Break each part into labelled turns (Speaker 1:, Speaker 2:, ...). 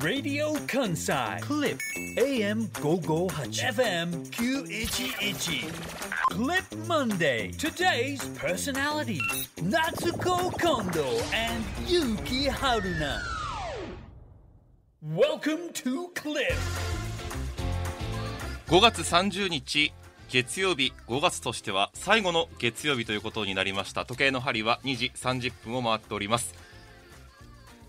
Speaker 1: Radio Kansai Clip AM 558 FM 911 Clip Monday Today's personality Natsuko Kondo and Yuki Haruna Welcome to Clip
Speaker 2: 5月30日月曜日5月としては最後の月曜日ということになりました時計の針は2時30分を回っております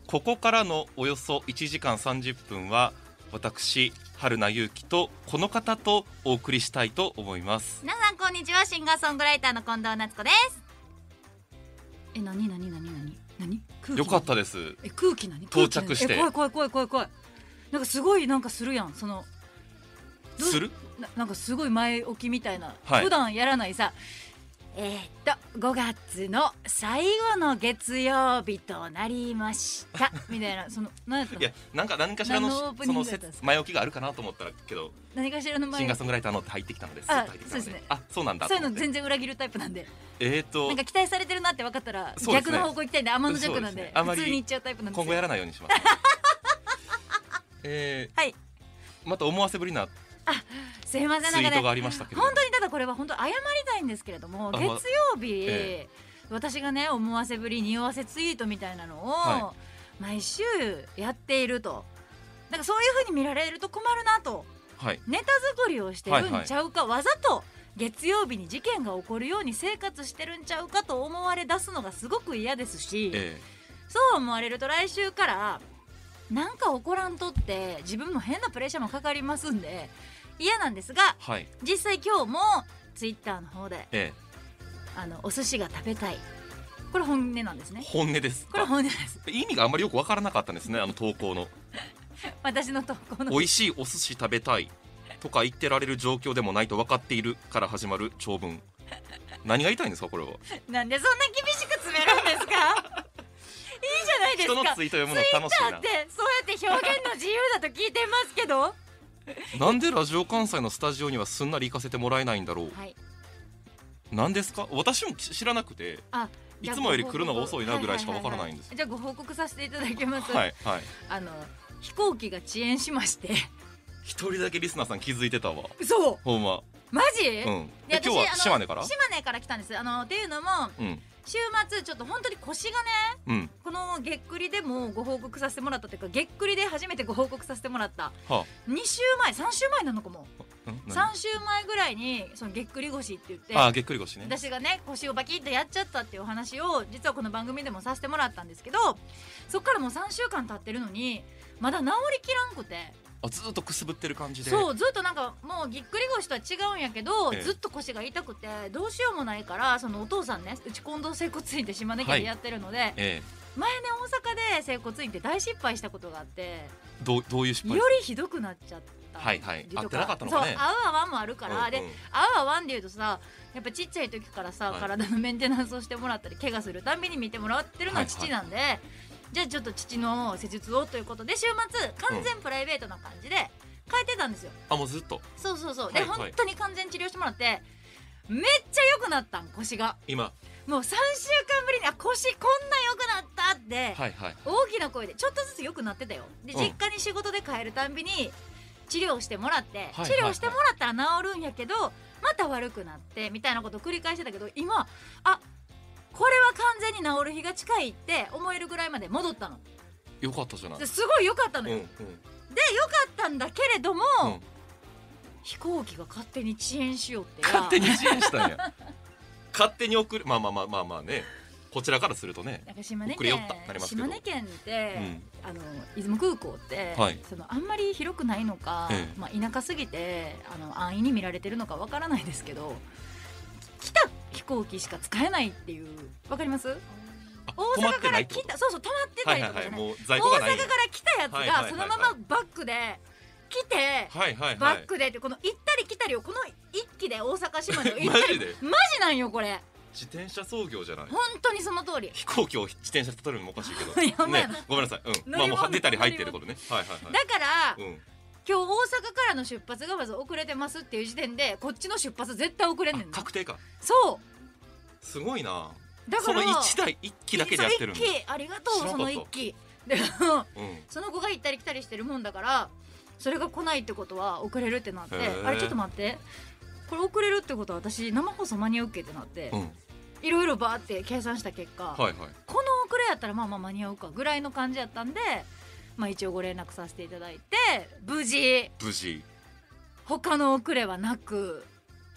Speaker 2: ここからのおよそ1時間30分は私春名優輝とこの方とお送りしたいと思います
Speaker 3: 皆さんこんにちはシンガーソングライターの近藤夏子ですえなになになになになに空気
Speaker 2: よかったです
Speaker 3: え空気なに
Speaker 2: 到着して
Speaker 3: 空気何え怖い怖い怖い怖い怖いなんかすごいなんかするやんそのどう
Speaker 2: する
Speaker 3: ななんかすごい前置きみたいな、
Speaker 2: はい
Speaker 3: 普段やらないさえー、っと5月の最後の月曜日となりました みたいなその何やったの
Speaker 2: いやなんか何かしらの
Speaker 3: 何のオープニ
Speaker 2: そ
Speaker 3: ング
Speaker 2: の
Speaker 3: だったん
Speaker 2: 説
Speaker 3: ですか
Speaker 2: 前置きがあるかなと思ったけど
Speaker 3: 何かしらの
Speaker 2: シン
Speaker 3: 前
Speaker 2: ガ
Speaker 3: に
Speaker 2: ーソングライターのって入ってきたのです
Speaker 3: あ
Speaker 2: 入ってきたの
Speaker 3: そうで
Speaker 2: です
Speaker 3: ね
Speaker 2: あそうなんだ
Speaker 3: そういう
Speaker 2: と
Speaker 3: の
Speaker 2: 思って
Speaker 3: 全然裏切るタイプなんで
Speaker 2: えーと
Speaker 3: なんか期待されてるなって分かったら、
Speaker 2: そうです
Speaker 3: 逆
Speaker 2: ね
Speaker 3: の方向行きたいんで天の弱な
Speaker 2: そうで
Speaker 3: ん
Speaker 2: す
Speaker 3: で
Speaker 2: ねあまり
Speaker 3: 普通に行っちゃうタイプなんですよ
Speaker 2: 今後やらないようにします え
Speaker 3: はい
Speaker 2: ー、また思わせぶりな
Speaker 3: すいません
Speaker 2: ツ
Speaker 3: な
Speaker 2: イ
Speaker 3: ん
Speaker 2: ー
Speaker 3: か
Speaker 2: トがあ
Speaker 3: ね
Speaker 2: りましたけど
Speaker 3: 本当にただこれは本当謝りたいんですけれども
Speaker 2: あ
Speaker 3: 月
Speaker 2: まあ
Speaker 3: 曜日、
Speaker 2: え
Speaker 3: 私がね思わせぶり匂わせツイートみたいなのを、
Speaker 2: は
Speaker 3: 毎週やっているとなんかそういうふうに見られると困るなと
Speaker 2: はい
Speaker 3: ネタ作りをしてるんちゃうか、わざと月曜日に事件が起こるように生活してるんちゃうかと思われ出すのがすごく嫌ですし、
Speaker 2: え
Speaker 3: そう思われると来週からなんか起こらんとって自分も変なプレッシャーもかかりますんで嫌なんですが
Speaker 2: えはい
Speaker 3: 実際今日もツイッターの方で
Speaker 2: え
Speaker 3: あのお寿司が食べたいこれ本音なんです
Speaker 2: え
Speaker 3: ね
Speaker 2: 本音です
Speaker 3: これ本音です
Speaker 2: 意味があんまりよくわからなかったんですねあの投稿の
Speaker 3: 私の投稿の
Speaker 2: 美味しいお寿司食べたいとか言ってられる状況でもないと分かっているから始まる長文何が言いたいんですかこれは
Speaker 3: なんでそんな厳しく詰める んですかいいじゃないです
Speaker 2: 人の
Speaker 3: か
Speaker 2: ツイート読むの楽しい
Speaker 3: だってそうやって表現の自由だと聞いてますけどは
Speaker 2: ななんでラジオ関西のスタジオにはすんなり行かせてもらえないんだろう
Speaker 3: い
Speaker 2: 何ですか私も知らなくて
Speaker 3: あ
Speaker 2: いつもより来るのが遅いなぐらいしかわからないんです
Speaker 3: じゃあご報告させていただきます、
Speaker 2: はいはい
Speaker 3: あの飛行機が遅延しまして
Speaker 2: 一人だけリスナーさん気づいてたわ
Speaker 3: そう
Speaker 2: ほんま
Speaker 3: マジ、
Speaker 2: うん
Speaker 3: で
Speaker 2: え今日は
Speaker 3: あの
Speaker 2: 島根から
Speaker 3: 島根から来たんですあのっていうのも
Speaker 2: うん
Speaker 3: 週末ちょっと本当に腰がね
Speaker 2: うん
Speaker 3: このげっくりでもご報告させてもらったというかげっくりで初めてご報告させてもらった
Speaker 2: は
Speaker 3: 2週前3週前なのかも
Speaker 2: あん何
Speaker 3: 3週前ぐらいにそのげっくり腰って言って
Speaker 2: あげっくり腰ね
Speaker 3: 私がね腰をバキッとやっちゃったっていうお話を実はこの番組でもさせてもらったんですけどそっからもう3週間経ってるのにまだ治りきらんくて
Speaker 2: あずーっとくすぶってる感じで
Speaker 3: そうずっとなんかもうぎっくり腰とは違うんやけど、
Speaker 2: ええ
Speaker 3: ずっと腰が痛くてどうしようもないからそのお父さんねうち近藤整骨院って島根県
Speaker 2: はい
Speaker 3: でやってるので、
Speaker 2: え
Speaker 3: 前ね大阪で整骨院って大失敗したことがあって
Speaker 2: えどうどういう失
Speaker 3: よ
Speaker 2: 敗
Speaker 3: りひどくなっちゃった
Speaker 2: はいはい
Speaker 3: りと
Speaker 2: 合ってなかったのかね
Speaker 3: そう合う合わんもあるから、
Speaker 2: うん
Speaker 3: で
Speaker 2: うん
Speaker 3: 合う合わんで言うとさやっぱちっちゃい時からさ、
Speaker 2: はい
Speaker 3: 体のメンテナンスをしてもらったり怪我するたんびに見てもらってるのは父なんで、じゃあちょっと父の施術をということで週末完全プライベートな感じで変えてたんですよ、
Speaker 2: あもうずっと
Speaker 3: そうそうそう
Speaker 2: は
Speaker 3: で、
Speaker 2: いはい
Speaker 3: 本当に完全治療してもらってめっちゃ良くなったん腰が
Speaker 2: 今
Speaker 3: もう3週間ぶりにあ腰こんな良くなったって、
Speaker 2: はいはい
Speaker 3: 大きな声でちょっとずつ良くなってたよで
Speaker 2: うん
Speaker 3: 実家に仕事で帰るたんびに治療してもらって、
Speaker 2: はい
Speaker 3: 治療してもらったら治るんやけどまた悪くなってみたいなことを繰り返してたけど今あこれは完全に治る日が近いって思えるぐらいまで戻ったの
Speaker 2: よかったじゃない
Speaker 3: ですごい良かったのよ、
Speaker 2: うん
Speaker 3: で良かったんだけれども、
Speaker 2: うんうん
Speaker 3: 飛行機が勝手に遅延しようってや
Speaker 2: 勝手に支援したんや勝手に送るまあまあまあまあまあねこちらからするとね
Speaker 3: なんか島根
Speaker 2: 遅れよ
Speaker 3: 県
Speaker 2: ったなりますけど
Speaker 3: 島根県って、
Speaker 2: うん
Speaker 3: あの出雲空港って、
Speaker 2: はい
Speaker 3: そのあんまり広くないのか、
Speaker 2: ええ
Speaker 3: まあ、田舎すぎてあの安易に見られてるのかわからないですけどき来た飛行機しか使えないっていうわかります
Speaker 2: あ
Speaker 3: 大
Speaker 2: 止まっ
Speaker 3: 阪
Speaker 2: て
Speaker 3: か
Speaker 2: ない
Speaker 3: ら
Speaker 2: ってこ
Speaker 3: 来
Speaker 2: と
Speaker 3: たそうそう止まってた
Speaker 2: は
Speaker 3: り
Speaker 2: い
Speaker 3: と
Speaker 2: は
Speaker 3: か
Speaker 2: い
Speaker 3: じゃな,、
Speaker 2: はいいもう在
Speaker 3: 大
Speaker 2: 庫が
Speaker 3: 阪
Speaker 2: ないんや
Speaker 3: から来たやつが、
Speaker 2: はいはいはい
Speaker 3: そのままバックで来て、
Speaker 2: はいはい
Speaker 3: バ
Speaker 2: は
Speaker 3: ックでってこの行ったり来たりをこの一気で大阪島根を
Speaker 2: い
Speaker 3: 行っ
Speaker 2: マ
Speaker 3: たり
Speaker 2: ジで
Speaker 3: マジなんよこれ
Speaker 2: 自転車操業じゃない
Speaker 3: 本当にその通り
Speaker 2: 飛行機を自転車で例えるのもおかしいけ
Speaker 3: やば
Speaker 2: ど
Speaker 3: い
Speaker 2: ねごめんなさい、うん、まあもう
Speaker 3: 乗り物
Speaker 2: 出たり入ってることねはいはい
Speaker 3: だ
Speaker 2: は
Speaker 3: から、
Speaker 2: い、うん、
Speaker 3: 今日大阪からの出発がまず遅れてますっていう時点でこっちの出発絶対遅れんねん
Speaker 2: あ
Speaker 3: な
Speaker 2: 確定か
Speaker 3: そ
Speaker 2: すごいな
Speaker 3: うだ
Speaker 2: そ
Speaker 3: か
Speaker 2: の
Speaker 3: ら
Speaker 2: 1台1機だけでやってるんだ
Speaker 3: そう一機ありがと
Speaker 2: 知らなか
Speaker 3: うそ
Speaker 2: っ
Speaker 3: の
Speaker 2: た
Speaker 3: 一機で
Speaker 2: うん
Speaker 3: その子が行ったり来たりしてるもんだからそれが来ないってことは遅れるってなって
Speaker 2: へー
Speaker 3: あれちょっと待ってこれ遅れるってことは私生放送間に合うっけってなって
Speaker 2: うん
Speaker 3: いろいろバーって計算した結果、
Speaker 2: はいはい
Speaker 3: この遅れやったらまあまあ間に合うかぐらいの感じやったんで、まあ、一応ご連絡させていただいて無事
Speaker 2: 無事
Speaker 3: 他の遅れはなく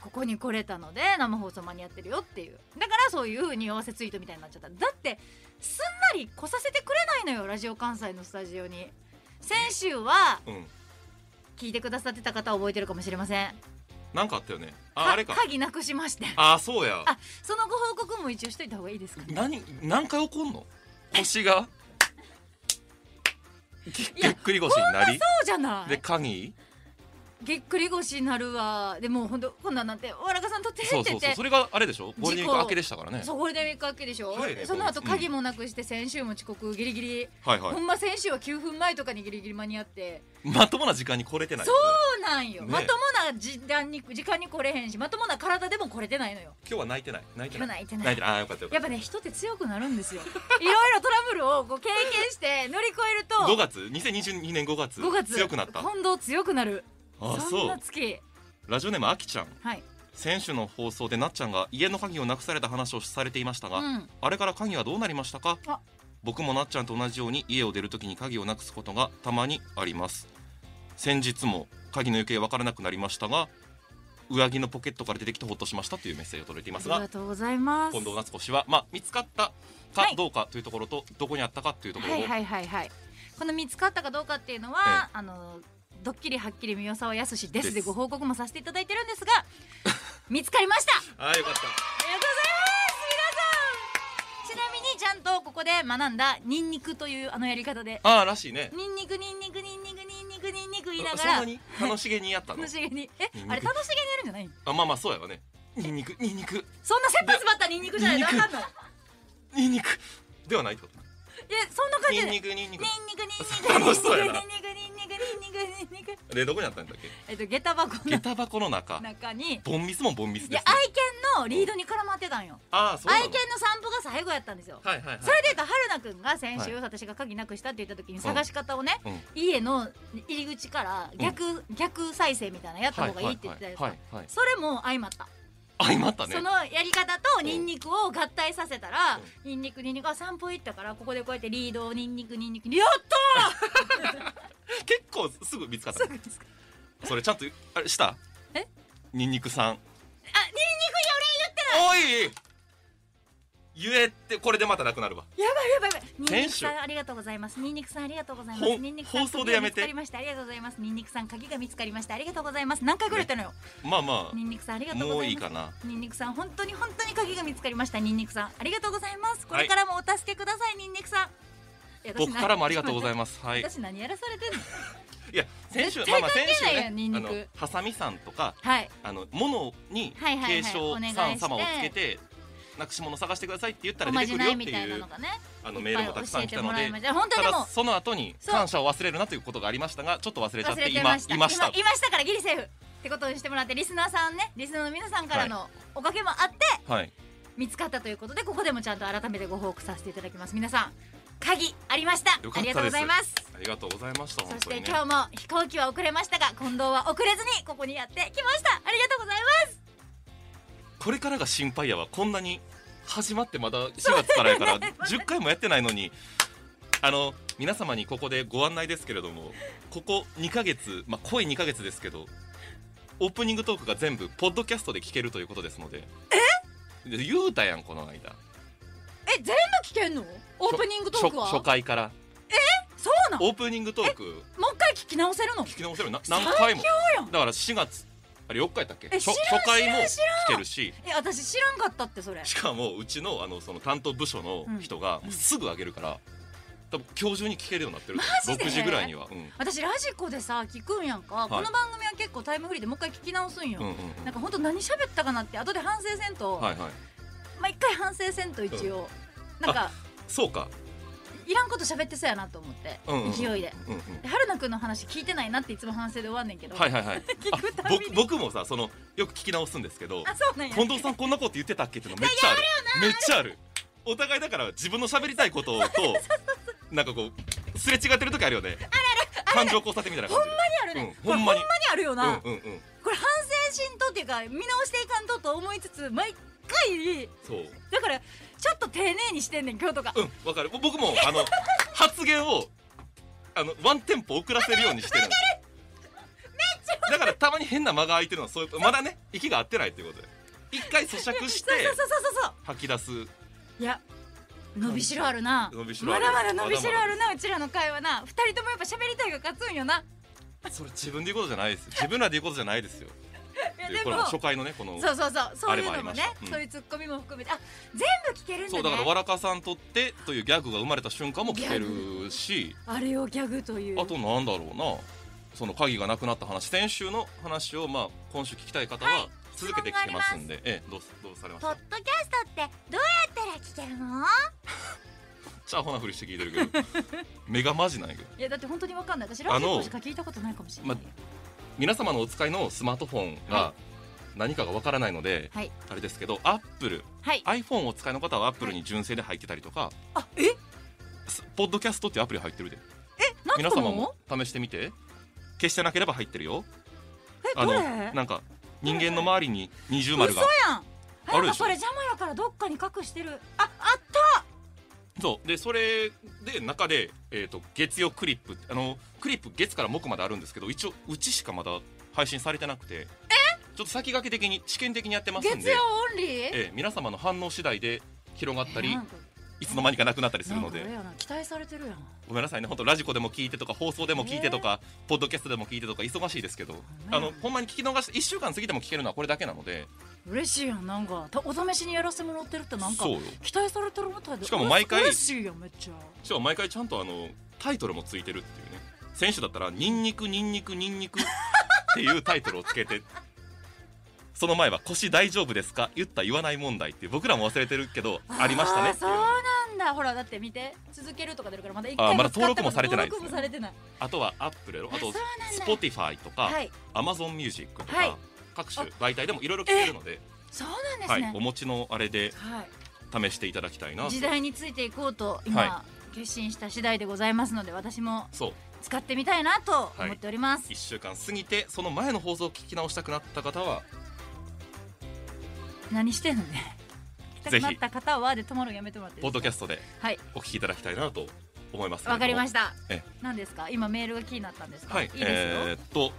Speaker 3: ここに来れたので生放送間に合ってるよっていうだからそういう匂わせツイートみたいになっちゃっただってすんなり来させてくれないのよラジオ関西のスタジオに先週は
Speaker 2: うん
Speaker 3: 聞いてくださってた方は覚えてるかもしれません
Speaker 2: なんかあったよねああれか
Speaker 3: 鍵なくしまして
Speaker 2: あそうや
Speaker 3: あそのご報告も一応しといた方がいいですかね
Speaker 2: 何何回起こんの腰がぎ
Speaker 3: い
Speaker 2: ぎ
Speaker 3: や
Speaker 2: っくり腰になり
Speaker 3: そうじゃない
Speaker 2: で鍵
Speaker 3: ぎっくり腰になるわでもうほんとこんなんなんてわらかさんとってって
Speaker 2: そ
Speaker 3: 言
Speaker 2: う
Speaker 3: って
Speaker 2: そうそうそれがあれでしょゴールデンウィーク明けでしたからね
Speaker 3: そうゴールデンウィーク明けでしょ、
Speaker 2: 早いね
Speaker 3: その後
Speaker 2: うん
Speaker 3: 鍵もなくして先週も遅刻ギリギリ、
Speaker 2: はいは
Speaker 3: ほんま先週は9分前とかにギリギリ間に合って
Speaker 2: いまともな時間に来れてない
Speaker 3: そうなんよ、
Speaker 2: ね
Speaker 3: まともな時間に時間に来れへんしまともな体でも来れてないのよ
Speaker 2: 今日は泣いてない泣いて
Speaker 3: 今
Speaker 2: ない
Speaker 3: 泣いてな
Speaker 2: 泣
Speaker 3: い
Speaker 2: いてないあーよかったよか
Speaker 3: や
Speaker 2: っ
Speaker 3: っぱね人って強くなるんですよ いろいろトラブルをこう経験して乗り越えると
Speaker 2: た5月2022年5月
Speaker 3: 5月
Speaker 2: 強くなった
Speaker 3: 今度強くなる
Speaker 2: あ
Speaker 3: そん
Speaker 2: そ
Speaker 3: な
Speaker 2: う
Speaker 3: 月
Speaker 2: ラジオネームあきちゃん
Speaker 3: はい、
Speaker 2: 先週の放送でなっちゃんが家の鍵をなくされた話をされていました
Speaker 3: う
Speaker 2: が、
Speaker 3: ん、
Speaker 2: あれから鍵はどうなりましたか
Speaker 3: あ
Speaker 2: 僕もなっちゃんと同じように家を出るときに鍵をなくすことがたまにあります先日も鍵の行方わからなくなりましたが上着のポケットから出てきてほっとしましたというメッセージが届いてい
Speaker 3: あ
Speaker 2: ます
Speaker 3: りが
Speaker 2: が
Speaker 3: とうございます
Speaker 2: 近藤夏子氏は、まあ、見つかったか
Speaker 3: はい
Speaker 2: どうかというところと、どこにあったかというところを、
Speaker 3: はいはいはいはいこの見つかったかどうかっていうのは、あのドッキリはっきり宮沢やすしです
Speaker 2: で
Speaker 3: ですご報告もさせていただいてるん ですが見つかりましたあ
Speaker 2: ああよかった
Speaker 3: りがとうございます皆さんちなみにちゃんとここで学んだニンニクというあのやり方で
Speaker 2: ああらしいね
Speaker 3: ニンニクニンニクニンニクニンニクニンニク言いな
Speaker 2: そ
Speaker 3: が
Speaker 2: そん
Speaker 3: ら
Speaker 2: なに楽しげにやったの
Speaker 3: 楽しげにえ
Speaker 2: ニンニク
Speaker 3: あれ楽しげにやるんじゃない
Speaker 2: あまあまあそうやわねにんにくにんにく
Speaker 3: そんな切羽詰まったニンニクじゃないとあかんのいや
Speaker 2: にんにくではないってこと
Speaker 3: そんな感じ
Speaker 2: に
Speaker 3: で
Speaker 2: ん
Speaker 3: ニン
Speaker 2: に
Speaker 3: ニ
Speaker 2: くにんに
Speaker 3: ク
Speaker 2: く
Speaker 3: ニンニクニンニクニン
Speaker 2: 楽し
Speaker 3: ニクニンニクニンニクニンニクニンニク
Speaker 2: そうやな
Speaker 3: ニンニク
Speaker 2: でどこにあったんだっけ
Speaker 3: えっと下駄箱の
Speaker 2: 下駄箱の中
Speaker 3: 中に
Speaker 2: ボンミスもボンミス
Speaker 3: い
Speaker 2: で
Speaker 3: や
Speaker 2: す、ね
Speaker 3: 愛、犬のリードに絡まってたんよ
Speaker 2: ああそうな
Speaker 3: 愛
Speaker 2: の
Speaker 3: 犬の散歩が最後やったんですよ、
Speaker 2: はいはいはい
Speaker 3: それで言うと春菜くんが先週、
Speaker 2: は
Speaker 3: 私が鍵なくしたって言った時に探し方をね、
Speaker 2: うん
Speaker 3: 家の入り口から逆、逆再生みたいなのやった方がいいって言ってたやつ、
Speaker 2: はいはいはい
Speaker 3: それも相まった、
Speaker 2: はいあ今あったね
Speaker 3: そのやり方とニンニクを合体させたら、
Speaker 2: う
Speaker 3: ニンニクニンニクあ散歩行ったからここでこうやってリードをニンニクニンニクやっ
Speaker 2: 結構すぐ見つかったた
Speaker 3: すぐですか
Speaker 2: それちゃんとあれした
Speaker 3: え
Speaker 2: にんにくさん
Speaker 3: あニンニ
Speaker 2: おい言えってこれでまたなくなるわ
Speaker 3: クやばいやばいニンニクさ
Speaker 2: 選
Speaker 3: んありがとうございますニンニクさんありがとうございま
Speaker 2: ほ
Speaker 3: す
Speaker 2: ん
Speaker 3: ニンニクさん
Speaker 2: 放送でやめて
Speaker 3: 鍵が見つかりましたありがとうございますニンニクさん鍵が見つかりましたありがとうございます何回ぐらい言ったのよ、
Speaker 2: まあま
Speaker 3: ニンニクさんありが
Speaker 2: あ
Speaker 3: とうございます
Speaker 2: もういいかな
Speaker 3: ニンニクさん本当に本当に鍵が見つかりましたニンニクさんありがとうございますこれからもお助けください、ニンニクさんいや私
Speaker 2: 僕
Speaker 3: な
Speaker 2: からもありがとうございますはい
Speaker 3: 私何やらされてんの
Speaker 2: いや先週
Speaker 3: 絶
Speaker 2: まあま
Speaker 3: 対
Speaker 2: あ先週
Speaker 3: 関係ないやんにん
Speaker 2: ねあ
Speaker 3: にく
Speaker 2: のハサミさんとか
Speaker 3: はい
Speaker 2: あの物に
Speaker 3: はいはいはい
Speaker 2: 継承
Speaker 3: お願い
Speaker 2: さん
Speaker 3: して
Speaker 2: 様をつけてなくし物探してくださいって言った
Speaker 3: お
Speaker 2: ら
Speaker 3: ま
Speaker 2: 出て
Speaker 3: じ
Speaker 2: くる
Speaker 3: な
Speaker 2: よ
Speaker 3: い
Speaker 2: っ
Speaker 3: み
Speaker 2: て
Speaker 3: たい
Speaker 2: い
Speaker 3: な
Speaker 2: う
Speaker 3: のがね
Speaker 2: あの
Speaker 3: い
Speaker 2: メ
Speaker 3: っ
Speaker 2: ー
Speaker 3: ぱ
Speaker 2: ル
Speaker 3: い
Speaker 2: もたく
Speaker 3: 教
Speaker 2: さん
Speaker 3: え
Speaker 2: 来
Speaker 3: て
Speaker 2: た
Speaker 3: も
Speaker 2: の
Speaker 3: ら
Speaker 2: で
Speaker 3: いました本当
Speaker 2: た
Speaker 3: で
Speaker 2: だ
Speaker 3: も
Speaker 2: その後に
Speaker 3: そう
Speaker 2: 感謝を忘れるなということがありましたがちょっと忘れちゃっ
Speaker 3: 忘
Speaker 2: て
Speaker 3: れて
Speaker 2: 今
Speaker 3: ました
Speaker 2: 今した
Speaker 3: 今いましたからギリセーフってことにしてもらってリスナーさんねリスナーの皆さんからのおかげもあって
Speaker 2: はい
Speaker 3: 見つかったということでここでもちゃんと改めてご報告させていただきます皆さん鍵ありました
Speaker 2: よか
Speaker 3: あ
Speaker 2: ったです
Speaker 3: りがとうございます
Speaker 2: ありがとうございました
Speaker 3: そ
Speaker 2: 本
Speaker 3: し
Speaker 2: 当
Speaker 3: て
Speaker 2: にね
Speaker 3: 今日も飛行機は遅れましたが近藤は遅れずにここにやってきましたありがとうございます
Speaker 2: これからが心配やわこんなに始まってまだ4月からや から10回もやってないのにあの皆様にここでご案内ですけれどもここ2ヶ月まあ濃い2ヶ月ですけどオープニングトークが全部ポッドキャストで聞けるということですのでえ言うたやんこの間
Speaker 3: え全部聞けんのオープニングトークは
Speaker 2: 初初回から
Speaker 3: そうなんもう
Speaker 2: オープニングトーク
Speaker 3: 一回聞き直せるの
Speaker 2: 聞き直せるな何回も
Speaker 3: やん
Speaker 2: だから4月あれ4日やったっけ
Speaker 3: え
Speaker 2: 初
Speaker 3: 知らん
Speaker 2: 初回も
Speaker 3: 知らん
Speaker 2: 聞
Speaker 3: 知ら
Speaker 2: けるし
Speaker 3: え私知らんかったってそれ
Speaker 2: しかもうちのあのその担当部署の人がもうすぐ上げるから、多分今日中に聞けるようになってる
Speaker 3: ジで
Speaker 2: 6時ぐらいには、うんうん
Speaker 3: 私ラジコでさ聞くんやんか、
Speaker 2: い
Speaker 3: この番組は結構タイムフリーでもう一回聞き直すんよ、
Speaker 2: うんうん
Speaker 3: なんかほんと何喋ったかなって後で反省せんと、
Speaker 2: はいはい
Speaker 3: まあ一回反省せんと一応、なんか
Speaker 2: そうか、
Speaker 3: いらんこと喋ってそうやなと思って、
Speaker 2: うんうん
Speaker 3: 勢いで
Speaker 2: うんうん、
Speaker 3: で春菜くんの話聞いてないなっていつも反省で終わんねんけど、
Speaker 2: はいはいはい
Speaker 3: 聞くた
Speaker 2: あ
Speaker 3: び
Speaker 2: 僕
Speaker 3: に
Speaker 2: 僕もさそのよく聞き直すんですけど
Speaker 3: あそうなんや
Speaker 2: 近藤さんこんなこと言ってたっけっていうのめっちゃあるめっちゃあるお互いだから自分の喋りたいこと となんかこうすれ違ってる時あるよね感情交差点みたいな感
Speaker 3: あるね、
Speaker 2: うんほんまに
Speaker 3: これほんまにあるよな、
Speaker 2: じでうんうんうん
Speaker 3: これ反省しんとっていうか見直していかんとと思いつつ毎回
Speaker 2: そう
Speaker 3: だからちょっと丁寧にしてんねん今日とか、
Speaker 2: うんわかる僕もあの発言をあのワンテンポ遅らせるようにしてるんですだからたまに変な間が空いてるのはそういうまだね息が合ってないっていうことで一回咀嚼し
Speaker 3: そうそう
Speaker 2: て
Speaker 3: そうそうそう
Speaker 2: 吐き出す
Speaker 3: いや伸びしろあるな
Speaker 2: 伸びしろある
Speaker 3: まだまだ伸びしろあるなうちらの会話な二人ともやっぱ喋りたいが勝つんよな
Speaker 2: それ自分で言うことじゃないです自分らで言うことじゃないですよ
Speaker 3: いや
Speaker 2: で
Speaker 3: で
Speaker 2: これ
Speaker 3: も
Speaker 2: も初回のねこの
Speaker 3: そうそうそうそういう
Speaker 2: あれ
Speaker 3: の
Speaker 2: もあ
Speaker 3: も
Speaker 2: りま
Speaker 3: ね
Speaker 2: したうん
Speaker 3: そういうツッコミも含めてあ全部聞けるんだね
Speaker 2: そうだから「わらかさんとって」というギャグが生まれた瞬間も聞けるし
Speaker 3: あれをギャグという
Speaker 2: あとなんだろうなその鍵がなくなった話先週の話をまあ今週聞きたい方は続けて聞けますんで、ええどうすどうされまし
Speaker 3: ポッ
Speaker 2: た
Speaker 3: ドキャストってどうやったら聞けるの
Speaker 2: ちゃあほなふりして聞いてる けど目がマジなんやけど
Speaker 3: いやだって本当にわかんない私ラジオしか聞いたことないかもしれないよ、
Speaker 2: 皆様のお使いのスマートフォンが
Speaker 3: は
Speaker 2: 何かがわからないので、
Speaker 3: はい
Speaker 2: あれですけどアップル
Speaker 3: はい、
Speaker 2: iPhone をお使いの方はアップルに純正で入ってたりとか、
Speaker 3: あえ
Speaker 2: すポッドキャストっていうアプリ入ってるで
Speaker 3: なん
Speaker 2: 皆
Speaker 3: と
Speaker 2: 様も試してみて決してなければ入ってるよ
Speaker 3: え
Speaker 2: あ
Speaker 3: ど
Speaker 2: の
Speaker 3: れ
Speaker 2: なんか人間の周りに二重丸
Speaker 3: 嘘
Speaker 2: が
Speaker 3: やん
Speaker 2: あるで
Speaker 3: あ
Speaker 2: しょ
Speaker 3: なんかそれ邪魔やからどっかに隠してるああった
Speaker 2: そうでそれで中で、えー、と月曜クリップあのクリップ月から木まであるんですけど一応うちしかまだ配信されてなくてちょっと先駆け的に試験的にやってますん
Speaker 3: 月
Speaker 2: で
Speaker 3: 曜、オンリー
Speaker 2: えー皆様の反応次第で広がった
Speaker 3: え
Speaker 2: り
Speaker 3: なんか
Speaker 2: いつの間にかなくなったりするの
Speaker 3: なんかあれ
Speaker 2: で
Speaker 3: やな期待されてるやん
Speaker 2: ごめんなさいね本当ラジコでも聞いてとか放送でも聞いてとか、ポッドキャストでも聞いてとか忙しいですけど
Speaker 3: んま
Speaker 2: あ
Speaker 3: や
Speaker 2: のほんまに聞き逃して1週間過ぎても聞けるのはこれだけなので
Speaker 3: 嬉しいやんなんかたお試しにやらせてもらってるってなんか
Speaker 2: そうよ
Speaker 3: 期待されてるみたいで
Speaker 2: しかも毎回
Speaker 3: 嬉しいやんめっちゃ
Speaker 2: しかも毎回ちゃんとあのタイトルもついてるっていうね選手だったら「ニンニクニンニクニンニク」っていうタイトルをつけてその前は「腰大丈夫ですか?」言った言わない問題っていう僕らも忘れてるけどありましたね
Speaker 3: あ
Speaker 2: っ
Speaker 3: ー
Speaker 2: て
Speaker 3: そ
Speaker 2: いうう
Speaker 3: なんだほらだって見て続けるとか出るからまだ一回
Speaker 2: あーまだ
Speaker 3: 使ったこ
Speaker 2: 登
Speaker 3: と
Speaker 2: 録もされてないですね
Speaker 3: 登録もされてない
Speaker 2: あとはアップルあ
Speaker 3: あそう
Speaker 2: と
Speaker 3: なんだ
Speaker 2: Spotify とか
Speaker 3: はい
Speaker 2: AmazonMusic とか、
Speaker 3: はい
Speaker 2: 各種媒体でもいろいろ聞けるので、
Speaker 3: そうなんです
Speaker 2: はい
Speaker 3: ね
Speaker 2: お持ちのあれで
Speaker 3: はい
Speaker 2: 試していただきたいなと
Speaker 3: 時代についていこうと今、
Speaker 2: は
Speaker 3: 決心した次第でございますので私も
Speaker 2: そう
Speaker 3: 使ってみたいなと思っております、
Speaker 2: 1週間過ぎてその前の放送を聞き直したくなった方は
Speaker 3: 何してんのね
Speaker 2: ぜ
Speaker 3: 来
Speaker 2: ひ
Speaker 3: たくなった方はで止まるのやめてもらっていい
Speaker 2: ポッ
Speaker 3: です
Speaker 2: ドキャス
Speaker 3: か
Speaker 2: トで
Speaker 3: はい
Speaker 2: お聞きいただきたいなと思いますけれども
Speaker 3: わかりました
Speaker 2: え
Speaker 3: 何ですか今メールが気になったんですか、
Speaker 2: はい
Speaker 3: い、いですよ、
Speaker 2: えーっと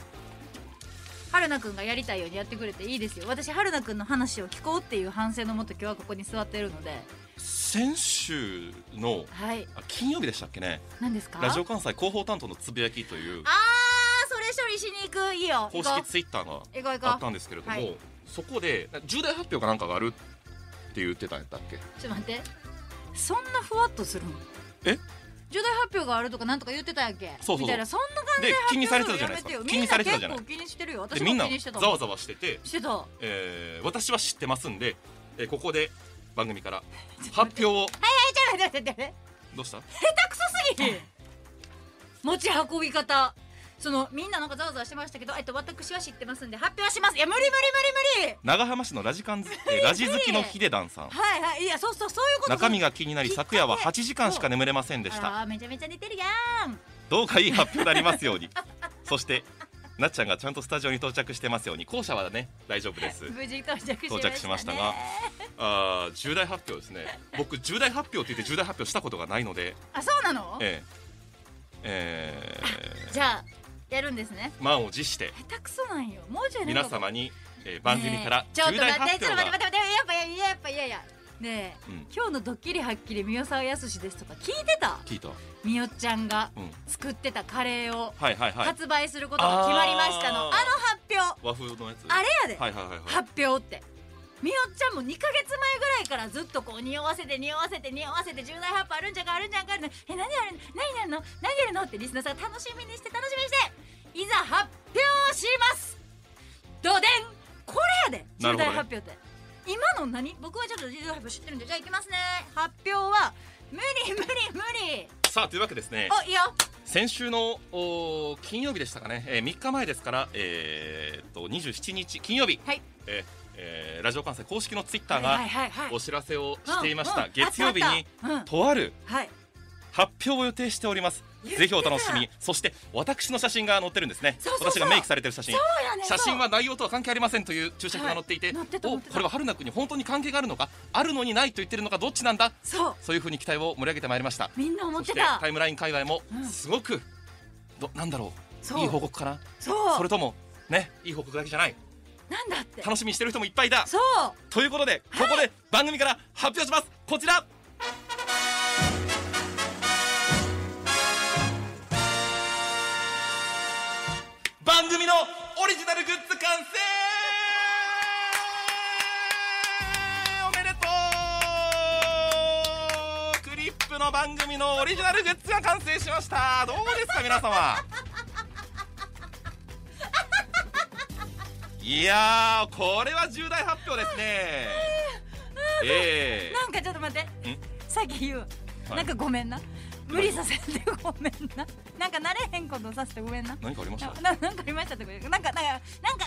Speaker 3: 春菜くんがやりたいようにやってくれていいですよ私春菜くんの話を聞こうっていう反省のもと今日はここに座っているので
Speaker 2: 先週の
Speaker 3: はい
Speaker 2: あ金曜日でしたっけね
Speaker 3: 何ですか
Speaker 2: ラジオ関西広報担当のつぶやきという
Speaker 3: あーそれ処理しに行くいいよ
Speaker 2: 公
Speaker 3: 行
Speaker 2: 式
Speaker 3: こ
Speaker 2: ツイッターが
Speaker 3: う行こう
Speaker 2: あ
Speaker 3: 行
Speaker 2: っ
Speaker 3: こ
Speaker 2: たんですけれども、
Speaker 3: はい
Speaker 2: そこでな重大発表かなんかがあるって言ってたんやったっけ
Speaker 3: うちょっと待ってそんなふわっとするの
Speaker 2: え
Speaker 3: 重大発表があるとかなんとか言ってたやんけ
Speaker 2: そうそうそう
Speaker 3: みたいなそんな感じ
Speaker 2: で
Speaker 3: で
Speaker 2: 気にされてたじゃないですか
Speaker 3: 発表
Speaker 2: 気にされてたじゃない
Speaker 3: みんな結構気にしてるよ
Speaker 2: で
Speaker 3: 私も
Speaker 2: みんな
Speaker 3: 気にしてた
Speaker 2: ざわ
Speaker 3: ざ
Speaker 2: ざわしてて、
Speaker 3: してた
Speaker 2: えー私は知ってますんで、えーここで番組 から発表を
Speaker 3: えちょっと待って待って待って
Speaker 2: どうした
Speaker 3: 下手くそすぎる持ち運び方そのみんななんかざわざわしてましたけどえっと私は知ってますんで発表しますいや無理無理無理無理
Speaker 2: 長浜市のラジカン、えーラジ好きのヒデダンさん
Speaker 3: はいはいいやそうそうそういうこと
Speaker 2: 中身
Speaker 3: が
Speaker 2: が気になり昨夜は8時間しか眠れませんで
Speaker 3: で
Speaker 2: した
Speaker 3: めちゃめちゃ似てるやん
Speaker 2: どうかいい発表になりますようにそしてなっちゃんがちゃんとスタジオに到着してますように校舎はね大丈夫です
Speaker 3: 無事到着しましたね
Speaker 2: 到着しましたがあー重大発表ですね僕重大発表って言って重大発表したことがないので
Speaker 3: あそうなの
Speaker 2: えええ
Speaker 3: じゃあやるんですね
Speaker 2: ー、満を持して
Speaker 3: 下手くそなんよもうちょいなんか
Speaker 2: 皆様に、えー番組から
Speaker 3: ねえちょっ
Speaker 2: 重
Speaker 3: と
Speaker 2: 大
Speaker 3: 待っ
Speaker 2: 発
Speaker 3: てちょ
Speaker 2: 表
Speaker 3: っと待って
Speaker 2: が
Speaker 3: 待って待ってやっぱいやいややっぱいやいやねえ
Speaker 2: うん
Speaker 3: 今日のドッキリはっきり三代沢康ですとか聞いてた
Speaker 2: 聞いた、
Speaker 3: みよちゃんが
Speaker 2: うん、
Speaker 3: 作ってたカレーを
Speaker 2: はいはいはい
Speaker 3: 発売することが決まりましたの
Speaker 2: あー
Speaker 3: あの発表
Speaker 2: 和風のやつ
Speaker 3: あれやで、
Speaker 2: はいはいはいはい
Speaker 3: 発表ってみよちゃんも2か月前ぐらいからずっとこう匂わせて匂わせて匂わせて重大発表あるんじゃんかあるんじゃんかあるんじゃんかえ何やるの何やるの何やるのってリスナーさんが楽しみにして楽しみにしていざ発表しますどでんこれやで
Speaker 2: なるほど
Speaker 3: 重
Speaker 2: ね
Speaker 3: 大発表って、今の何僕はちょっとリドライブ知ってるんでじゃあ行きますね発表は無理無理無理
Speaker 2: さあというわけですね
Speaker 3: おいいよ
Speaker 2: 先週のおー金曜日でしたかね、えー、3日前ですから、えー、っと27日金曜日、
Speaker 3: はい
Speaker 2: えーえーラジオ関西公式のツイッタ
Speaker 3: は
Speaker 2: ー
Speaker 3: いは
Speaker 2: が
Speaker 3: いはいはい
Speaker 2: お知らせをしていました、
Speaker 3: うんうん
Speaker 2: 月曜日に
Speaker 3: あったあったうん
Speaker 2: とある
Speaker 3: はい
Speaker 2: 発表を予定しております
Speaker 3: 言っ
Speaker 2: ぜ
Speaker 3: てた
Speaker 2: ひお楽しみにそして私の写真が載ってるんですね
Speaker 3: そうそうそう
Speaker 2: 私がメイクされてる写真
Speaker 3: そうやねん
Speaker 2: 写真は内容とは関係ありませんという注釈が載っていて,、
Speaker 3: はい載ってた載
Speaker 2: お
Speaker 3: ってた
Speaker 2: これは春菜君に本当に関係があるのかあるのにないと言ってるのかどっちなんだ
Speaker 3: そうそう
Speaker 2: そういうふうに期待を盛り上げてまいりました
Speaker 3: みんな思っ
Speaker 2: そしてて
Speaker 3: た
Speaker 2: タイムライン界隈も
Speaker 3: うん
Speaker 2: すごく、どなんだろう
Speaker 3: そう
Speaker 2: いい報告かな
Speaker 3: そう
Speaker 2: それともねいい報告だけじゃない
Speaker 3: なんだって
Speaker 2: 楽しみにしてる人もいっぱいだ
Speaker 3: そう
Speaker 2: ということでここで番組から発表しますこちら番組のオリジナルグッズ完成おめでとうクリップの番組のオリジナルグッズが完成しましたどうですか皆様いやーこれは重大発表ですねええ
Speaker 3: なんかちょっと待って
Speaker 2: ん
Speaker 3: さっき言うわ、
Speaker 2: はい
Speaker 3: なんかごめんな無理させてごめんななんか慣れへんことさせてごめんな
Speaker 2: 何かありました
Speaker 3: なななんかありましたとか言うなんかなんかなんか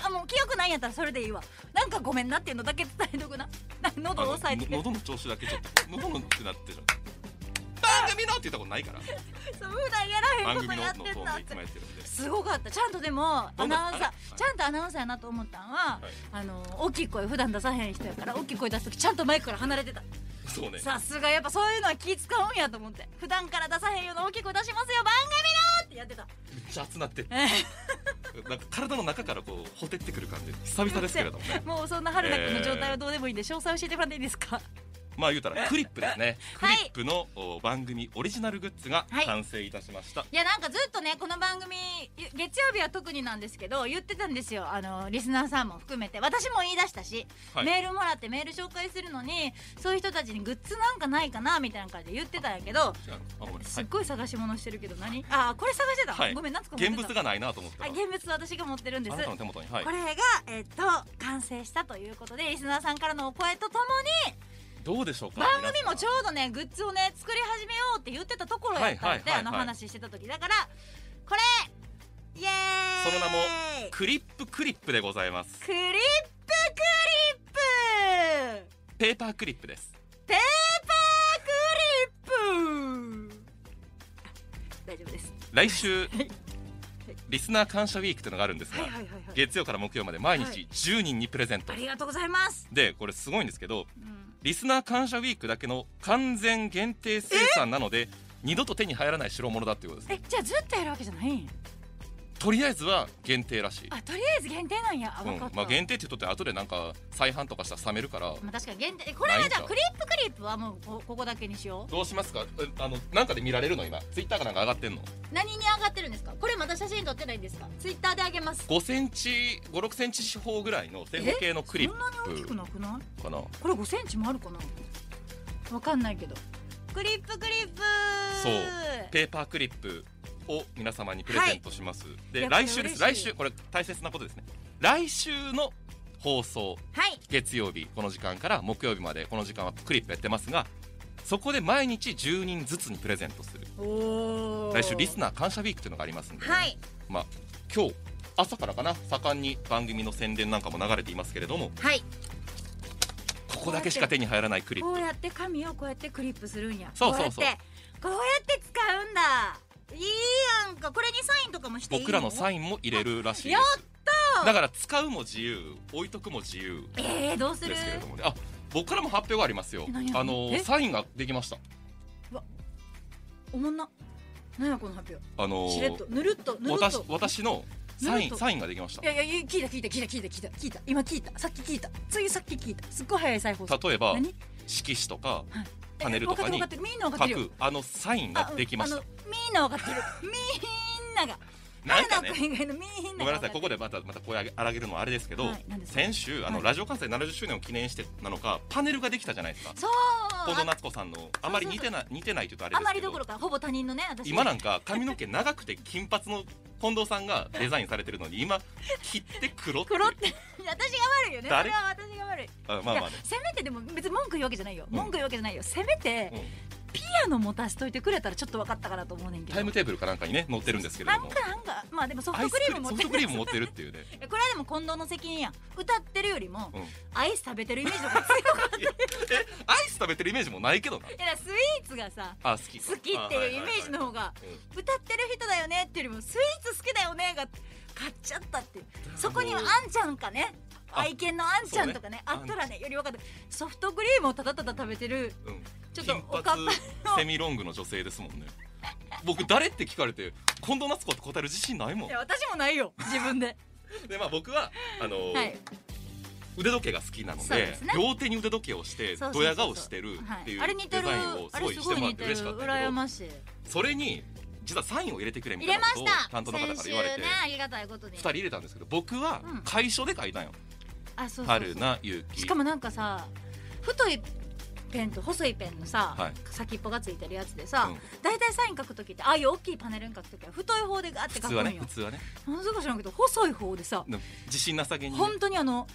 Speaker 3: あもう記憶ないんやったらそれでいいわなんかごめんなっていうのだけ伝えとくなな喉を押さえ
Speaker 2: あ
Speaker 3: て
Speaker 2: のの喉の調子だけちょっと喉のってなってる番組のって言ったことない から
Speaker 3: そう普段やらへん
Speaker 2: 番
Speaker 3: こと
Speaker 2: 組のの
Speaker 3: やっ
Speaker 2: ト
Speaker 3: てん
Speaker 2: ー
Speaker 3: な
Speaker 2: ンで
Speaker 3: っ
Speaker 2: いつ
Speaker 3: て
Speaker 2: もやってるんです
Speaker 3: ごかったちゃんとでも
Speaker 2: ど
Speaker 3: ア
Speaker 2: んな
Speaker 3: ナウンサー、
Speaker 2: はい
Speaker 3: ちゃんとアナウンサーやなと思ったんは、
Speaker 2: い
Speaker 3: あの大きい声普段出さへん人やから大きい声出す時ちゃんとマイクから離れてた
Speaker 2: そうね
Speaker 3: さすがやっぱそういうのは気使うんやと思って普段から出さへんような大きい声出しますよ番組のってやってた
Speaker 2: めっちゃ熱なって
Speaker 3: え
Speaker 2: なんか体の中からこうほてってくる感じ久々 ですけれどもね
Speaker 3: もう そんな春菜くんの状態はどうでもいいんで詳細教えてもらっていいですか
Speaker 2: まあ言うたらクリップですねクリ
Speaker 3: はい
Speaker 2: ップのお番組オリジナルグッズが
Speaker 3: はい
Speaker 2: 完成いたしました
Speaker 3: いやなんかずっとねこの番組ゆ月曜日は特になんですけど言ってたんですよあのリスナーさんも含めて私も言い出したし、
Speaker 2: はい
Speaker 3: メールもらってメール紹介するのにそういう人たちにグッズなんかないかなみたいな感じで言ってたんやけど
Speaker 2: 違うのあごめんなさ
Speaker 3: す
Speaker 2: い
Speaker 3: っごい探し物してるけど何あーこれ探してた、
Speaker 2: はい
Speaker 3: ごめん夏子持って
Speaker 2: 現
Speaker 3: た
Speaker 2: 物がないなと思った
Speaker 3: あ
Speaker 2: ら
Speaker 3: 現物私が持ってるんです
Speaker 2: あなたの手元にはい
Speaker 3: これが、えっと完成したということでリスナーさんからのお声とともに
Speaker 2: どうでしょうか
Speaker 3: 番組もちょうどねグッズをね作り始めようって言ってたところやったんで
Speaker 2: はいはいはいはい
Speaker 3: あの話してた時だからこれイエーイ
Speaker 2: その名もクリップクリップでございます
Speaker 3: クリップクリップ
Speaker 2: ペーパークリップです
Speaker 3: ペーパークリップ大丈夫です
Speaker 2: 来週
Speaker 3: いはい
Speaker 2: リスナー感謝ウィークというのがあるんですが
Speaker 3: はいはいはいはい
Speaker 2: 月曜から木曜まで毎
Speaker 3: は
Speaker 2: 日
Speaker 3: い
Speaker 2: 10人にプレゼント、
Speaker 3: ありがとうございます、
Speaker 2: でこれすごいんですけど
Speaker 3: うん
Speaker 2: リスナー感謝ウィークだけの完全限定生産なので二度と手に入らない代物だっていうことです
Speaker 3: えじゃあずっとやるわけじゃないん
Speaker 2: とりあえずは限定らしい
Speaker 3: あとりあえず限定なんやあ
Speaker 2: う
Speaker 3: 分
Speaker 2: ん
Speaker 3: かった、
Speaker 2: まあ、限定って言っとって後でなんか再販とかしたら冷めるから
Speaker 3: まあ、確かに限定えこれはじゃあクリップクリップはもうこここだけにしよう
Speaker 2: どうしますかえあのなんかで見られるの今ツイッターかなんか上がってんの
Speaker 3: 何に上がってるんですかこれまだ写真撮ってないんですかツイッターであげます
Speaker 2: 5センチ56センチ四方ぐらいの正方形のクリッ
Speaker 3: そんなに大きく
Speaker 2: プ
Speaker 3: なくない
Speaker 2: かな
Speaker 3: これ5センチもあるかなわかんないけどクリップクリップ
Speaker 2: そうペーパークリップを皆様にプレゼントします、
Speaker 3: い
Speaker 2: で
Speaker 3: や
Speaker 2: 来週です
Speaker 3: こ
Speaker 2: 来
Speaker 3: れ嬉しい
Speaker 2: 週これ大切なことですね来週の放送
Speaker 3: はい
Speaker 2: 月曜日この時間から木曜日までこの時間はクリップやってますがそこで毎日10人ずつにプレゼントする
Speaker 3: お
Speaker 2: 来週リス
Speaker 3: ー
Speaker 2: ナー感謝ウィークというのがありますんでね、
Speaker 3: はい
Speaker 2: まあ今日朝からかな盛んに番組の宣伝なんかも流れていますけれども
Speaker 3: はい
Speaker 2: ここだけしか手に入らないクリッ
Speaker 3: こ
Speaker 2: プ
Speaker 3: うやって紙をこうやってクリップするんや
Speaker 2: そうそうそう
Speaker 3: こうやってこうやって使うんだいいやんかこれにサインとかもしていい
Speaker 2: 僕らのサ
Speaker 3: イ
Speaker 2: インも入れるらしいで
Speaker 3: や
Speaker 2: す
Speaker 3: った
Speaker 2: だから使うも自由置いとくも自由
Speaker 3: えー、どうする
Speaker 2: ですけれどもね。あ、僕からも発表がありますよ
Speaker 3: え。何々
Speaker 2: あの
Speaker 3: え
Speaker 2: サインができました。
Speaker 3: おもんな何やこの発表
Speaker 2: あの
Speaker 3: しれっとぬるっとぬるっ
Speaker 2: 私
Speaker 3: と
Speaker 2: 私のサイ
Speaker 3: ぬるっ
Speaker 2: ン
Speaker 3: と
Speaker 2: サインができました
Speaker 3: い。やいやいや聞いた聞いた聞いた聞いた聞いた聞いた今聞いたさっき聞いたついさっき聞いたすっごい早い再放送
Speaker 2: 例えば
Speaker 3: 何
Speaker 2: 色紙とか
Speaker 3: はい
Speaker 2: パネルとかに
Speaker 3: 分かってる分かってるみんな分
Speaker 2: 書
Speaker 3: かってるよ
Speaker 2: くあのサインができまし
Speaker 3: あ
Speaker 2: た
Speaker 3: あ。のみんな分かってるみんなが
Speaker 2: なんか
Speaker 3: 花子
Speaker 2: ね。
Speaker 3: 以外のみんな
Speaker 2: ごめんなさいこ
Speaker 3: こ
Speaker 2: こでまたまた声上げ荒げるのはあれですけど、
Speaker 3: はい何ですか
Speaker 2: 先週あの、
Speaker 3: はい
Speaker 2: ラジオ関西70周年を記念してなのかパネルができたじゃないですか
Speaker 3: そう
Speaker 2: 近藤
Speaker 3: あ
Speaker 2: 夏子さんのあまり似てない似てないというとあれ
Speaker 3: あ
Speaker 2: です
Speaker 3: ま
Speaker 2: け
Speaker 3: りど
Speaker 2: ど
Speaker 3: ころかほぼ他人のね私
Speaker 2: 今なんか髪の毛長くて金髪の近藤さんがデザインされてる のに今切って黒っていう
Speaker 3: 黒って私が悪いよねそ
Speaker 2: 誰
Speaker 3: れは私が悪い
Speaker 2: あまあまあ
Speaker 3: い
Speaker 2: ね
Speaker 3: やせめてでも別に文句言うわけじゃないよ
Speaker 2: うん
Speaker 3: 文句言うわけじゃないよ、せめて
Speaker 2: うん
Speaker 3: ピアノ持たせといてくれたらちょっと分かったかなと思うねんけど
Speaker 2: タイムテーブルかなんかにね載ってるんですけれ
Speaker 3: な
Speaker 2: ど
Speaker 3: ん
Speaker 2: も
Speaker 3: かなんかまあでもソフ
Speaker 2: ア
Speaker 3: ト
Speaker 2: イス
Speaker 3: クリーム持
Speaker 2: ソ
Speaker 3: っ
Speaker 2: フ
Speaker 3: て
Speaker 2: トクリーム持ってるっていうね
Speaker 3: えこれはでも近藤の責任やん歌ってるよりも、
Speaker 2: うん
Speaker 3: アイス食べてるイメージとか強い
Speaker 2: えアイス食べてるイメージもないけどない
Speaker 3: やだからスイーツがさ
Speaker 2: あ好き
Speaker 3: 好きっていうイメージの方が
Speaker 2: うん
Speaker 3: 歌ってる人だよねっていうよりもスイーツ好きだよねが買っちゃったっていうそこにはあんちゃんかね
Speaker 2: あ
Speaker 3: 愛犬のあんちゃんとかね
Speaker 2: そう
Speaker 3: あ
Speaker 2: ね
Speaker 3: ったらねより分かるソフトクリームをただただ食べてる
Speaker 2: うん
Speaker 3: ちょっと
Speaker 2: 金
Speaker 3: おかっ
Speaker 2: 髪
Speaker 3: ぱの
Speaker 2: セミロングの女性ですもんね僕誰って聞かれて近藤夏子って答える自信ないもん
Speaker 3: いや私も ないよ自分で
Speaker 2: でまあ僕はあのー
Speaker 3: はい
Speaker 2: 腕時計が好きなの
Speaker 3: そう
Speaker 2: で
Speaker 3: ですね
Speaker 2: 両手に腕時計をして
Speaker 3: そうそうそうそう
Speaker 2: ドヤ顔してるっていう
Speaker 3: はあれ
Speaker 2: デ
Speaker 3: 似
Speaker 2: ザ
Speaker 3: て
Speaker 2: イ
Speaker 3: る
Speaker 2: ンをす
Speaker 3: あ
Speaker 2: ご
Speaker 3: れ
Speaker 2: い
Speaker 3: す
Speaker 2: し
Speaker 3: ご
Speaker 2: て
Speaker 3: い
Speaker 2: もらって
Speaker 3: 似てる
Speaker 2: 嬉しかったんだけ
Speaker 3: 羨
Speaker 2: ど
Speaker 3: ましい
Speaker 2: それに実はサインを入れてくれみ
Speaker 3: 入
Speaker 2: た
Speaker 3: れ
Speaker 2: い
Speaker 3: ま
Speaker 2: なこと
Speaker 3: し
Speaker 2: を
Speaker 3: た
Speaker 2: 担当の方か
Speaker 3: 先
Speaker 2: ら
Speaker 3: 週
Speaker 2: 言われて
Speaker 3: ねありがたいことに
Speaker 2: 2人入れたんですけど僕は
Speaker 3: うん
Speaker 2: 楷書で書いたんよ
Speaker 3: あそうそうそう
Speaker 2: 春な勇気
Speaker 3: しかもなんかさ太いペンと細いペンのさ、
Speaker 2: はい
Speaker 3: 先っぽがついてるやつでさ、
Speaker 2: うん
Speaker 3: だいたいサイン書く時ってああいう大きいパネルに書く時は太い方でガーっ
Speaker 2: 普
Speaker 3: て書
Speaker 2: 通
Speaker 3: くんよ
Speaker 2: はね普通はね
Speaker 3: なぜか知らんけど細い方でさ
Speaker 2: でも自信なさげにね
Speaker 3: 本当にあの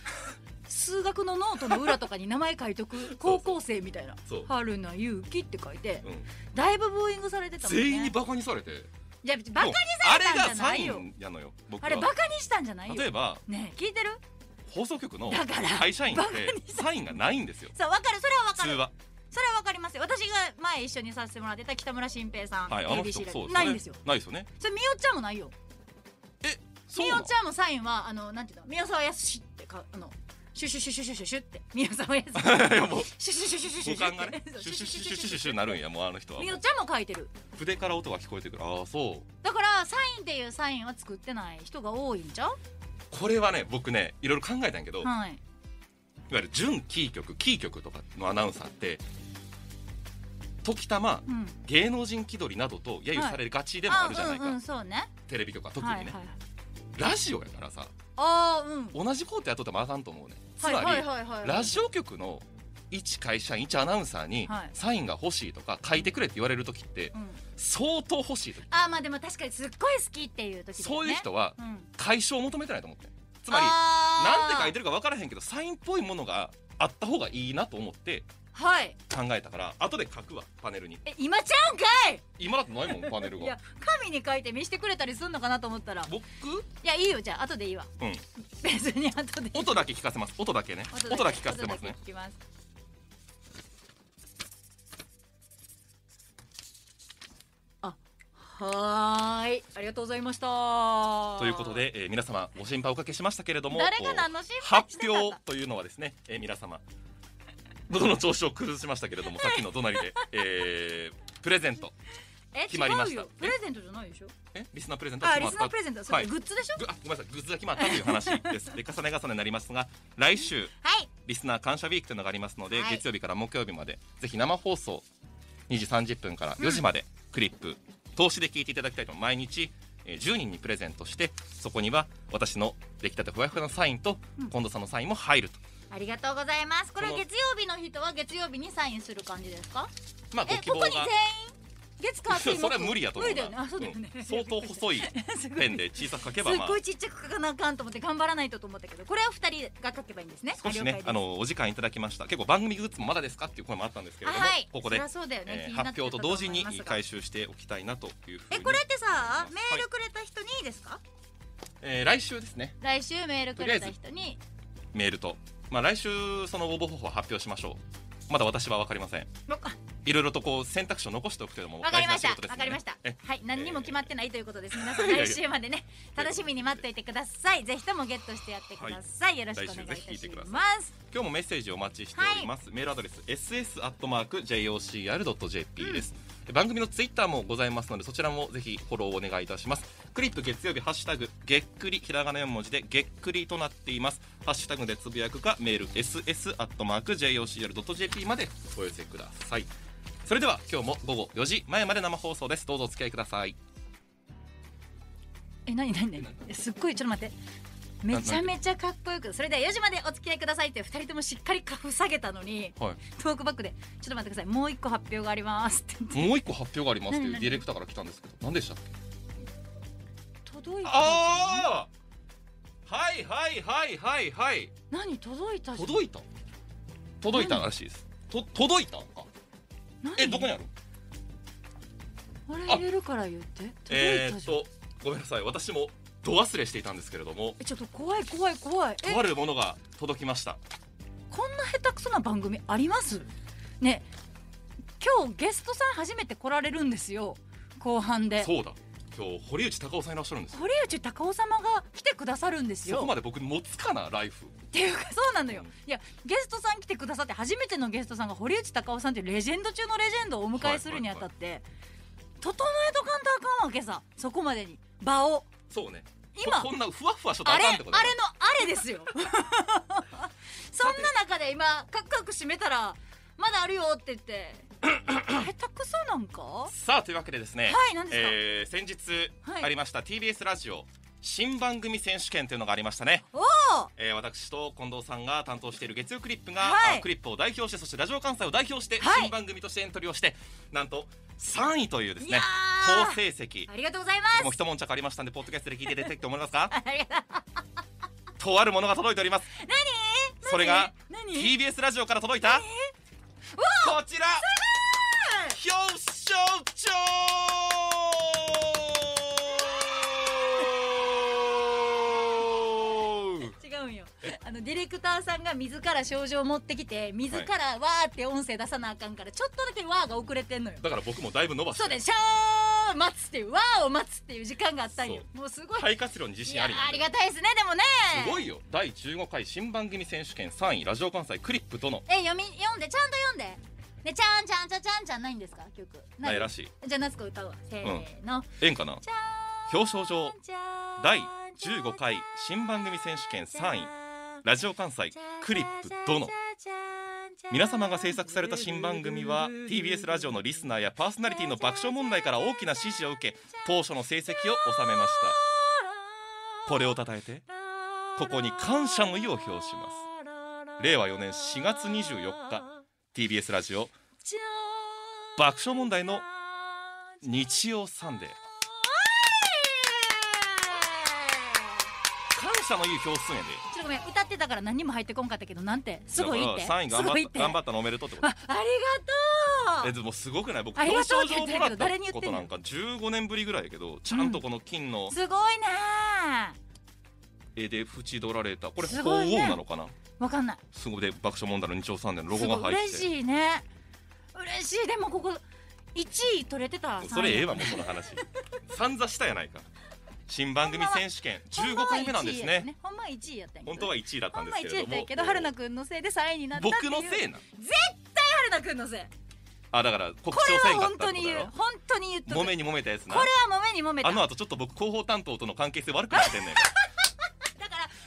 Speaker 3: 数学のノートの裏とかに名前書い とく高校生みたいな
Speaker 2: そう
Speaker 3: 「春の勇気」って書いて
Speaker 2: うん
Speaker 3: だいぶブーイングされてたもんね
Speaker 2: 全員にバカにされて
Speaker 3: いやバカに
Speaker 2: あ
Speaker 3: され
Speaker 2: れ
Speaker 3: た
Speaker 2: が
Speaker 3: んじゃな
Speaker 2: サ
Speaker 3: い
Speaker 2: イ
Speaker 3: よ
Speaker 2: ンやのよ僕
Speaker 3: あれバ
Speaker 2: は
Speaker 3: カにしたんじゃないよ
Speaker 2: 例えば
Speaker 3: ねえ聞いてる
Speaker 2: 放送局の
Speaker 3: だから
Speaker 2: 会社員っ
Speaker 3: バカに
Speaker 2: てサインがないんですよ
Speaker 3: さあわかるそれはわ
Speaker 2: 普
Speaker 3: か
Speaker 2: 通
Speaker 3: る
Speaker 2: は
Speaker 3: それはわかりますよ私が前一緒にさせてもらってた北村新平さん、
Speaker 2: はいあの人
Speaker 3: ABC
Speaker 2: そう
Speaker 3: でないんですよ
Speaker 2: ないですよね
Speaker 3: それみおちゃんもないよ
Speaker 2: そう
Speaker 3: み
Speaker 2: な
Speaker 3: お
Speaker 2: の
Speaker 3: ちゃんもサインはあのなんていうの宮沢やすしってかあのシュシュシュシュシュシュシュって宮沢やすし
Speaker 2: いやもう
Speaker 3: シュシュシュシュシュシ
Speaker 2: 五感
Speaker 3: ュ
Speaker 2: がねシュシュシュシュシュシュシュなるんやもうあの人は
Speaker 3: みおちゃんも書いてる
Speaker 2: 筆から音が聞こえてくるああそう
Speaker 3: だからサインっていうサインは作ってない人が多いんちゃう
Speaker 2: これはね僕ねいろいろ考えたんやけどいわ
Speaker 3: はい
Speaker 2: ゆる準キー局キー局とかのアナウンサーって時たま
Speaker 3: うん
Speaker 2: 芸能人気取りなどと揶揄されがちでもあるじゃない
Speaker 3: あうん
Speaker 2: か
Speaker 3: うんそうね
Speaker 2: テレビ局は特に
Speaker 3: はい
Speaker 2: ね
Speaker 3: はい
Speaker 2: ラジオやからさ
Speaker 3: あーうん
Speaker 2: 同じことやっとってもあかんと思うねつ
Speaker 3: はい
Speaker 2: ま
Speaker 3: はい
Speaker 2: り
Speaker 3: はいはい
Speaker 2: ラジオ局の一会社員一アナウンサーに
Speaker 3: はい
Speaker 2: サインが欲しいとか書いてくれって言われる時って
Speaker 3: うん
Speaker 2: 相当欲しい時
Speaker 3: あーまあでも確かにすっごい好きっていう時だよね
Speaker 2: そういう人は
Speaker 3: うん
Speaker 2: 解消を求めてないと思ってつ
Speaker 3: つ
Speaker 2: まりなんて書い
Speaker 3: て
Speaker 2: てるか分からへんけどサインっぽいものがあった方がいいなと思って
Speaker 3: はい
Speaker 2: 考えたから後で書くわパネルに
Speaker 3: え今ちゃうんかい
Speaker 2: 今だとない もんパネル
Speaker 3: いや
Speaker 2: が
Speaker 3: 紙に書いて見してくれたりすんのかなと思ったらい
Speaker 2: 僕
Speaker 3: やいいよじゃあ後でいいわ
Speaker 2: うん
Speaker 3: 別に後で
Speaker 2: 音だけ聞かせます音だけね音だけ聞かせてますね
Speaker 3: 音だけ聞きますあはーいありがとうございました
Speaker 2: と
Speaker 3: と
Speaker 2: いうことで、えー皆様ご心配おかけしましたけれども
Speaker 3: 誰が何の心配して
Speaker 2: 発
Speaker 3: たんだ
Speaker 2: 表というのはですね、えー皆様喉の調子を崩しましたけれどもさっきの怒鳴りで、えープレゼント
Speaker 3: え
Speaker 2: 決まりま
Speaker 3: 違
Speaker 2: し
Speaker 3: う
Speaker 2: た
Speaker 3: よプレゼントじゃないでしょ
Speaker 2: えリスナープレゼントは
Speaker 3: あ
Speaker 2: 決
Speaker 3: リ
Speaker 2: まっ
Speaker 3: ス
Speaker 2: た
Speaker 3: ナープレゼントそ
Speaker 2: は
Speaker 3: れ
Speaker 2: い
Speaker 3: グッズでしょ
Speaker 2: ぐあごめんなさいグッズが決まったという話です で重ね重ねになりますが来週
Speaker 3: はい
Speaker 2: リスナー感謝ウィークというのがありますので、
Speaker 3: はい
Speaker 2: 月曜日から木曜日までぜひ生放送2時30分から4時までクリップ、投資で聞いていただきたいと毎日えー10人にプレゼントしてそこには私の出来たてふわふわのサインと
Speaker 3: うん
Speaker 2: 近藤さんのサインも入ると、
Speaker 3: ありがとうございますこれ
Speaker 2: この
Speaker 3: 月曜日の人は月曜日にサインする感じですか
Speaker 2: まあご
Speaker 3: え
Speaker 2: 希
Speaker 3: こ
Speaker 2: 望
Speaker 3: こ
Speaker 2: が
Speaker 3: に全員月火水木
Speaker 2: それは無理やと思う
Speaker 3: 無理だよねあそうだよね、
Speaker 2: うん相当細い
Speaker 3: すごい
Speaker 2: ペンで小さく書けば、
Speaker 3: すっ
Speaker 2: まあ
Speaker 3: ご、いちっちゃく書かなあかんと思って頑張らないとと思ったけどこれは二人が書けばいいんですね
Speaker 2: 少し
Speaker 3: 了解
Speaker 2: ね
Speaker 3: です
Speaker 2: あのお時間いただきました結構番組グッズもまだですかっていう声もあったんですけれども、
Speaker 3: あはい
Speaker 2: ここ
Speaker 3: そ
Speaker 2: で
Speaker 3: り、ゃそうだよね
Speaker 2: えー
Speaker 3: 気になっ
Speaker 2: 発
Speaker 3: て
Speaker 2: 表と同時に
Speaker 3: たと思いますが
Speaker 2: 回収しておきたいなというふうに
Speaker 3: えこれってさ
Speaker 2: はい
Speaker 3: メールくれた人にいいですか、
Speaker 2: えー来週ですね
Speaker 3: 来週メールくれた人に
Speaker 2: メールと、まあ、来週その応募方法を発表しましょうまだ私は分かりません
Speaker 3: わか
Speaker 2: いろいろとこう選択肢を残しておくけども
Speaker 3: わかりました
Speaker 2: 大
Speaker 3: わ、
Speaker 2: 事な仕事ですね
Speaker 3: かりました
Speaker 2: え
Speaker 3: はい何にも決まってないということです皆さ ん
Speaker 2: いやいや
Speaker 3: 来週までね楽しみに待っていてくださいぜひともゲットしてやってください、よろしくお願いいた
Speaker 2: 来週ぜひ聞いて
Speaker 3: し
Speaker 2: ください
Speaker 3: ます
Speaker 2: 今日もメッセージをお待ちしております、メールアドレス ss.jocr.jp です、番組のツイッターもございますのでそちらもぜひフォローお願いいたしますクリップ月曜日ハッシュタグげっくりひらがな4文字でげっくりとなっていますハッシュタグでつぶやくかメール ss.jocr.jp までお寄せくださいそれでは今日も午後4時前まで生放送ですどうぞお付き合いください
Speaker 3: え何何何えすっごいちょっと待ってめちゃめちゃかっこよくそれでは4時までお付き合いくださいって2人ともしっかりカフ下げたのに
Speaker 2: は
Speaker 3: トークバックで「ちょっと待ってくださいもう一個発表があります」って言って
Speaker 2: い、もう一個発表がありますという
Speaker 3: 何何
Speaker 2: ディレクターから来たんですけど何でしたっけ
Speaker 3: 「届届いたじゃん
Speaker 2: ああはいはいはいはいはい
Speaker 3: 何届いたじゃん
Speaker 2: 届いた届いたらしいですと届いたのか
Speaker 3: 何
Speaker 2: えどこにある
Speaker 3: あれ入れるから言って届
Speaker 2: え
Speaker 3: い
Speaker 2: ー
Speaker 3: た
Speaker 2: っ
Speaker 3: じゃん、
Speaker 2: とごめんなさい私もど忘れしていたんですけれども
Speaker 3: えちょっと怖い怖い怖いえ
Speaker 2: とあるものが届きました
Speaker 3: こんな下手くそな番組ありますね今日ゲストさん初めて来られるんですよ後半で
Speaker 2: そうだ今日堀内孝雄さんいらっしゃるんですよ
Speaker 3: 堀内孝雄様が来てくださるんです
Speaker 2: そこ
Speaker 3: よ
Speaker 2: まで僕持つかなライフ
Speaker 3: っていうかそうなのよ
Speaker 2: うん
Speaker 3: いやゲストさん来てくださって初めてのゲストさんが堀内孝雄さんっていうレジェンド中のレジェンドをお迎えするにあたって、整えとかんとあかんわけさそこまでに場を
Speaker 2: そうね
Speaker 3: 今
Speaker 2: ここんなふわふわしとった
Speaker 3: あ
Speaker 2: らあ
Speaker 3: れあ
Speaker 2: かんっ
Speaker 3: れ
Speaker 2: てこ
Speaker 3: の
Speaker 2: と
Speaker 3: あ
Speaker 2: だ
Speaker 3: れです よそんな中で今カクカク閉めたらまだあるよって言って下手くそなんかは
Speaker 2: さあというわけでですね、
Speaker 3: い何ですか、
Speaker 2: えー先日
Speaker 3: はい
Speaker 2: ありました TBS ラジオ新番組選手権というのがありましたね、
Speaker 3: おお
Speaker 2: えー私と近藤さんが担当している月曜クリップが、
Speaker 3: はい
Speaker 2: あクリップを代表してそしてラジオ関西を代表して、
Speaker 3: はい
Speaker 2: 新番組としてエントリーをしてなんと3位というです
Speaker 3: いや
Speaker 2: ね
Speaker 3: ー
Speaker 2: 好成績
Speaker 3: ありがとうござい
Speaker 2: も
Speaker 3: ま
Speaker 2: う
Speaker 3: す
Speaker 2: 一悶着ありましたんでポッドキャストで聞いていただきたいと思いますか
Speaker 3: ありがとう
Speaker 2: とあるものが届いております
Speaker 3: 何
Speaker 2: それが
Speaker 3: 何
Speaker 2: TBS ラジオから届いたこちら表彰 状
Speaker 3: 違うんよあのディレクターさんが自ら症状を持ってきて自らわーって音声出さなあかんからちょっとだけわーが遅れてんのよ
Speaker 2: だから僕もだいぶ伸ばし
Speaker 3: そう
Speaker 2: て
Speaker 3: でしょー待つっていうわーを待つっていう時間があったんよもうすごい
Speaker 2: 肺活量に自
Speaker 3: い
Speaker 2: 信
Speaker 3: や
Speaker 2: あり
Speaker 3: ー
Speaker 2: なん
Speaker 3: あ
Speaker 2: で
Speaker 3: りがたいですねでもね
Speaker 2: すごいよ第15回新番組選手権3位ラジオ関西クリップ殿
Speaker 3: え読み読んでちゃんと読んでねちゃんちゃんちゃんちゃんちゃんないんですか曲
Speaker 2: ないら
Speaker 3: い
Speaker 2: しい
Speaker 3: じゃあ夏子歌うわせーの、
Speaker 2: 演かな
Speaker 3: じゃーん
Speaker 2: 表彰状
Speaker 3: じゃーん
Speaker 2: 第15回新番組選手権3位ラジオ関西クリップ殿皆様が制作された新番組は TBS ラジオのリスナーやパーソナリティの爆笑問題から大きな支持を受け当初の成績を収めましたこれを称えてここに感謝の意を表します令和4年4月24日 TBS ラジオ爆笑問題の日曜サンデー感謝の意を表すんやで
Speaker 3: ちょっとごめん歌ってたから何も入ってこんかったけどなんてすごいって
Speaker 2: 3位頑
Speaker 3: すごい
Speaker 2: 張
Speaker 3: っ
Speaker 2: って頑張ったのおめでとうってこと
Speaker 3: あ
Speaker 2: え
Speaker 3: ありがとう
Speaker 2: でもすごくない僕
Speaker 3: あり
Speaker 2: 表
Speaker 3: がとう
Speaker 2: 彰状
Speaker 3: って言ってる
Speaker 2: もら
Speaker 3: けど
Speaker 2: っ
Speaker 3: 誰に
Speaker 2: た
Speaker 3: 言っ
Speaker 2: こ
Speaker 3: てん
Speaker 2: と
Speaker 3: の
Speaker 2: なんか15年ぶりぐらいやけどちゃんとこの金の
Speaker 3: すごいなあ
Speaker 2: 絵で縁取られたこれ
Speaker 3: す
Speaker 2: 鳳
Speaker 3: ごいね
Speaker 2: 凰なのかな
Speaker 3: わかんない
Speaker 2: すごいで爆笑問題の日曜サンデーのロ
Speaker 3: す
Speaker 2: ゴ
Speaker 3: ご
Speaker 2: が
Speaker 3: い
Speaker 2: 入っ
Speaker 3: 嬉
Speaker 2: て
Speaker 3: しいね嬉しいでもここ1位取れてたら
Speaker 2: それええわ
Speaker 3: 3
Speaker 2: もうその話散々したやないか新番組選手権
Speaker 3: 位
Speaker 2: 15回目なんですね
Speaker 3: ほんまは1位やったんやけど
Speaker 2: 本当は1位だった
Speaker 3: ほ
Speaker 2: んで
Speaker 3: んます1
Speaker 2: け
Speaker 3: 位や
Speaker 2: れど
Speaker 3: ったん
Speaker 2: も
Speaker 3: やけど春菜くんのせいで3位になったってい
Speaker 2: 僕
Speaker 3: う
Speaker 2: のせいなん
Speaker 3: 絶対春菜くんのせい
Speaker 2: あだから告
Speaker 3: こ
Speaker 2: 知を
Speaker 3: れ
Speaker 2: せん
Speaker 3: は
Speaker 2: かっ
Speaker 3: 本
Speaker 2: た
Speaker 3: 当
Speaker 2: って
Speaker 3: に
Speaker 2: ことだ
Speaker 3: 言う
Speaker 2: ろ
Speaker 3: 本当に言っとく
Speaker 2: 揉
Speaker 3: こ
Speaker 2: めに揉めたやつ
Speaker 3: れ
Speaker 2: な
Speaker 3: は揉めに揉めた
Speaker 2: あ
Speaker 3: だ
Speaker 2: の
Speaker 3: か
Speaker 2: 後ちょっと僕広報担当との関係性悪くなってんねん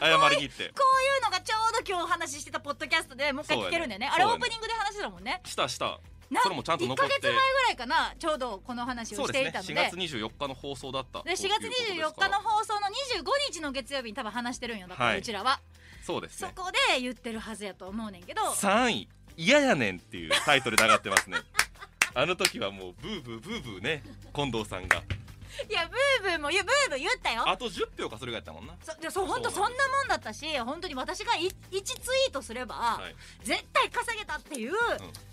Speaker 2: 謝りに行って
Speaker 3: こういうのがちょうど今日お話ししてたポッドキャストでもう一回聞けるんだよね
Speaker 2: そうや
Speaker 3: あれ
Speaker 2: ね
Speaker 3: オープニングで話してたもんね
Speaker 2: したした
Speaker 3: な
Speaker 2: それもちゃんと残って
Speaker 3: 1ヶ月前ぐらいかなちょうどこの話
Speaker 2: そ
Speaker 3: を
Speaker 2: う
Speaker 3: し
Speaker 2: で
Speaker 3: て
Speaker 2: す
Speaker 3: い
Speaker 2: ね
Speaker 3: たので
Speaker 2: 4月24日の放送だった
Speaker 3: で4月24日の放送の25日の月曜日に多分話してるんよだから
Speaker 2: はいう
Speaker 3: ちらは、
Speaker 2: そうです
Speaker 3: そ
Speaker 2: ね
Speaker 3: こで言ってるはずやと思うねんけど
Speaker 2: 3位「嫌やねん」っていうタイトルで上がってますねあの時はもうブーブーブーブーね近藤さんが
Speaker 3: いやブーブーも言うブーブー言ったよ
Speaker 2: あと10票かそれがやったもんな
Speaker 3: そでそう本当そ
Speaker 2: そ
Speaker 3: ん
Speaker 2: う
Speaker 3: な
Speaker 2: な
Speaker 3: も
Speaker 2: ん
Speaker 3: んだったし本当に私がい1ツイートすれば、
Speaker 2: はい
Speaker 3: 絶対稼げたっていう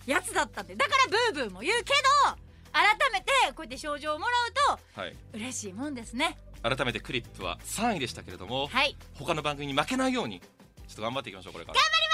Speaker 3: やつだったんでだからブーブーも言うけど改めてこうやって賞状をもらうと
Speaker 2: はい
Speaker 3: 嬉しいもんですね
Speaker 2: 改めてクリップは3位でしたけれども
Speaker 3: はい
Speaker 2: 他の番組に負けないようにちょっと頑張っていきましょうこれから頑張り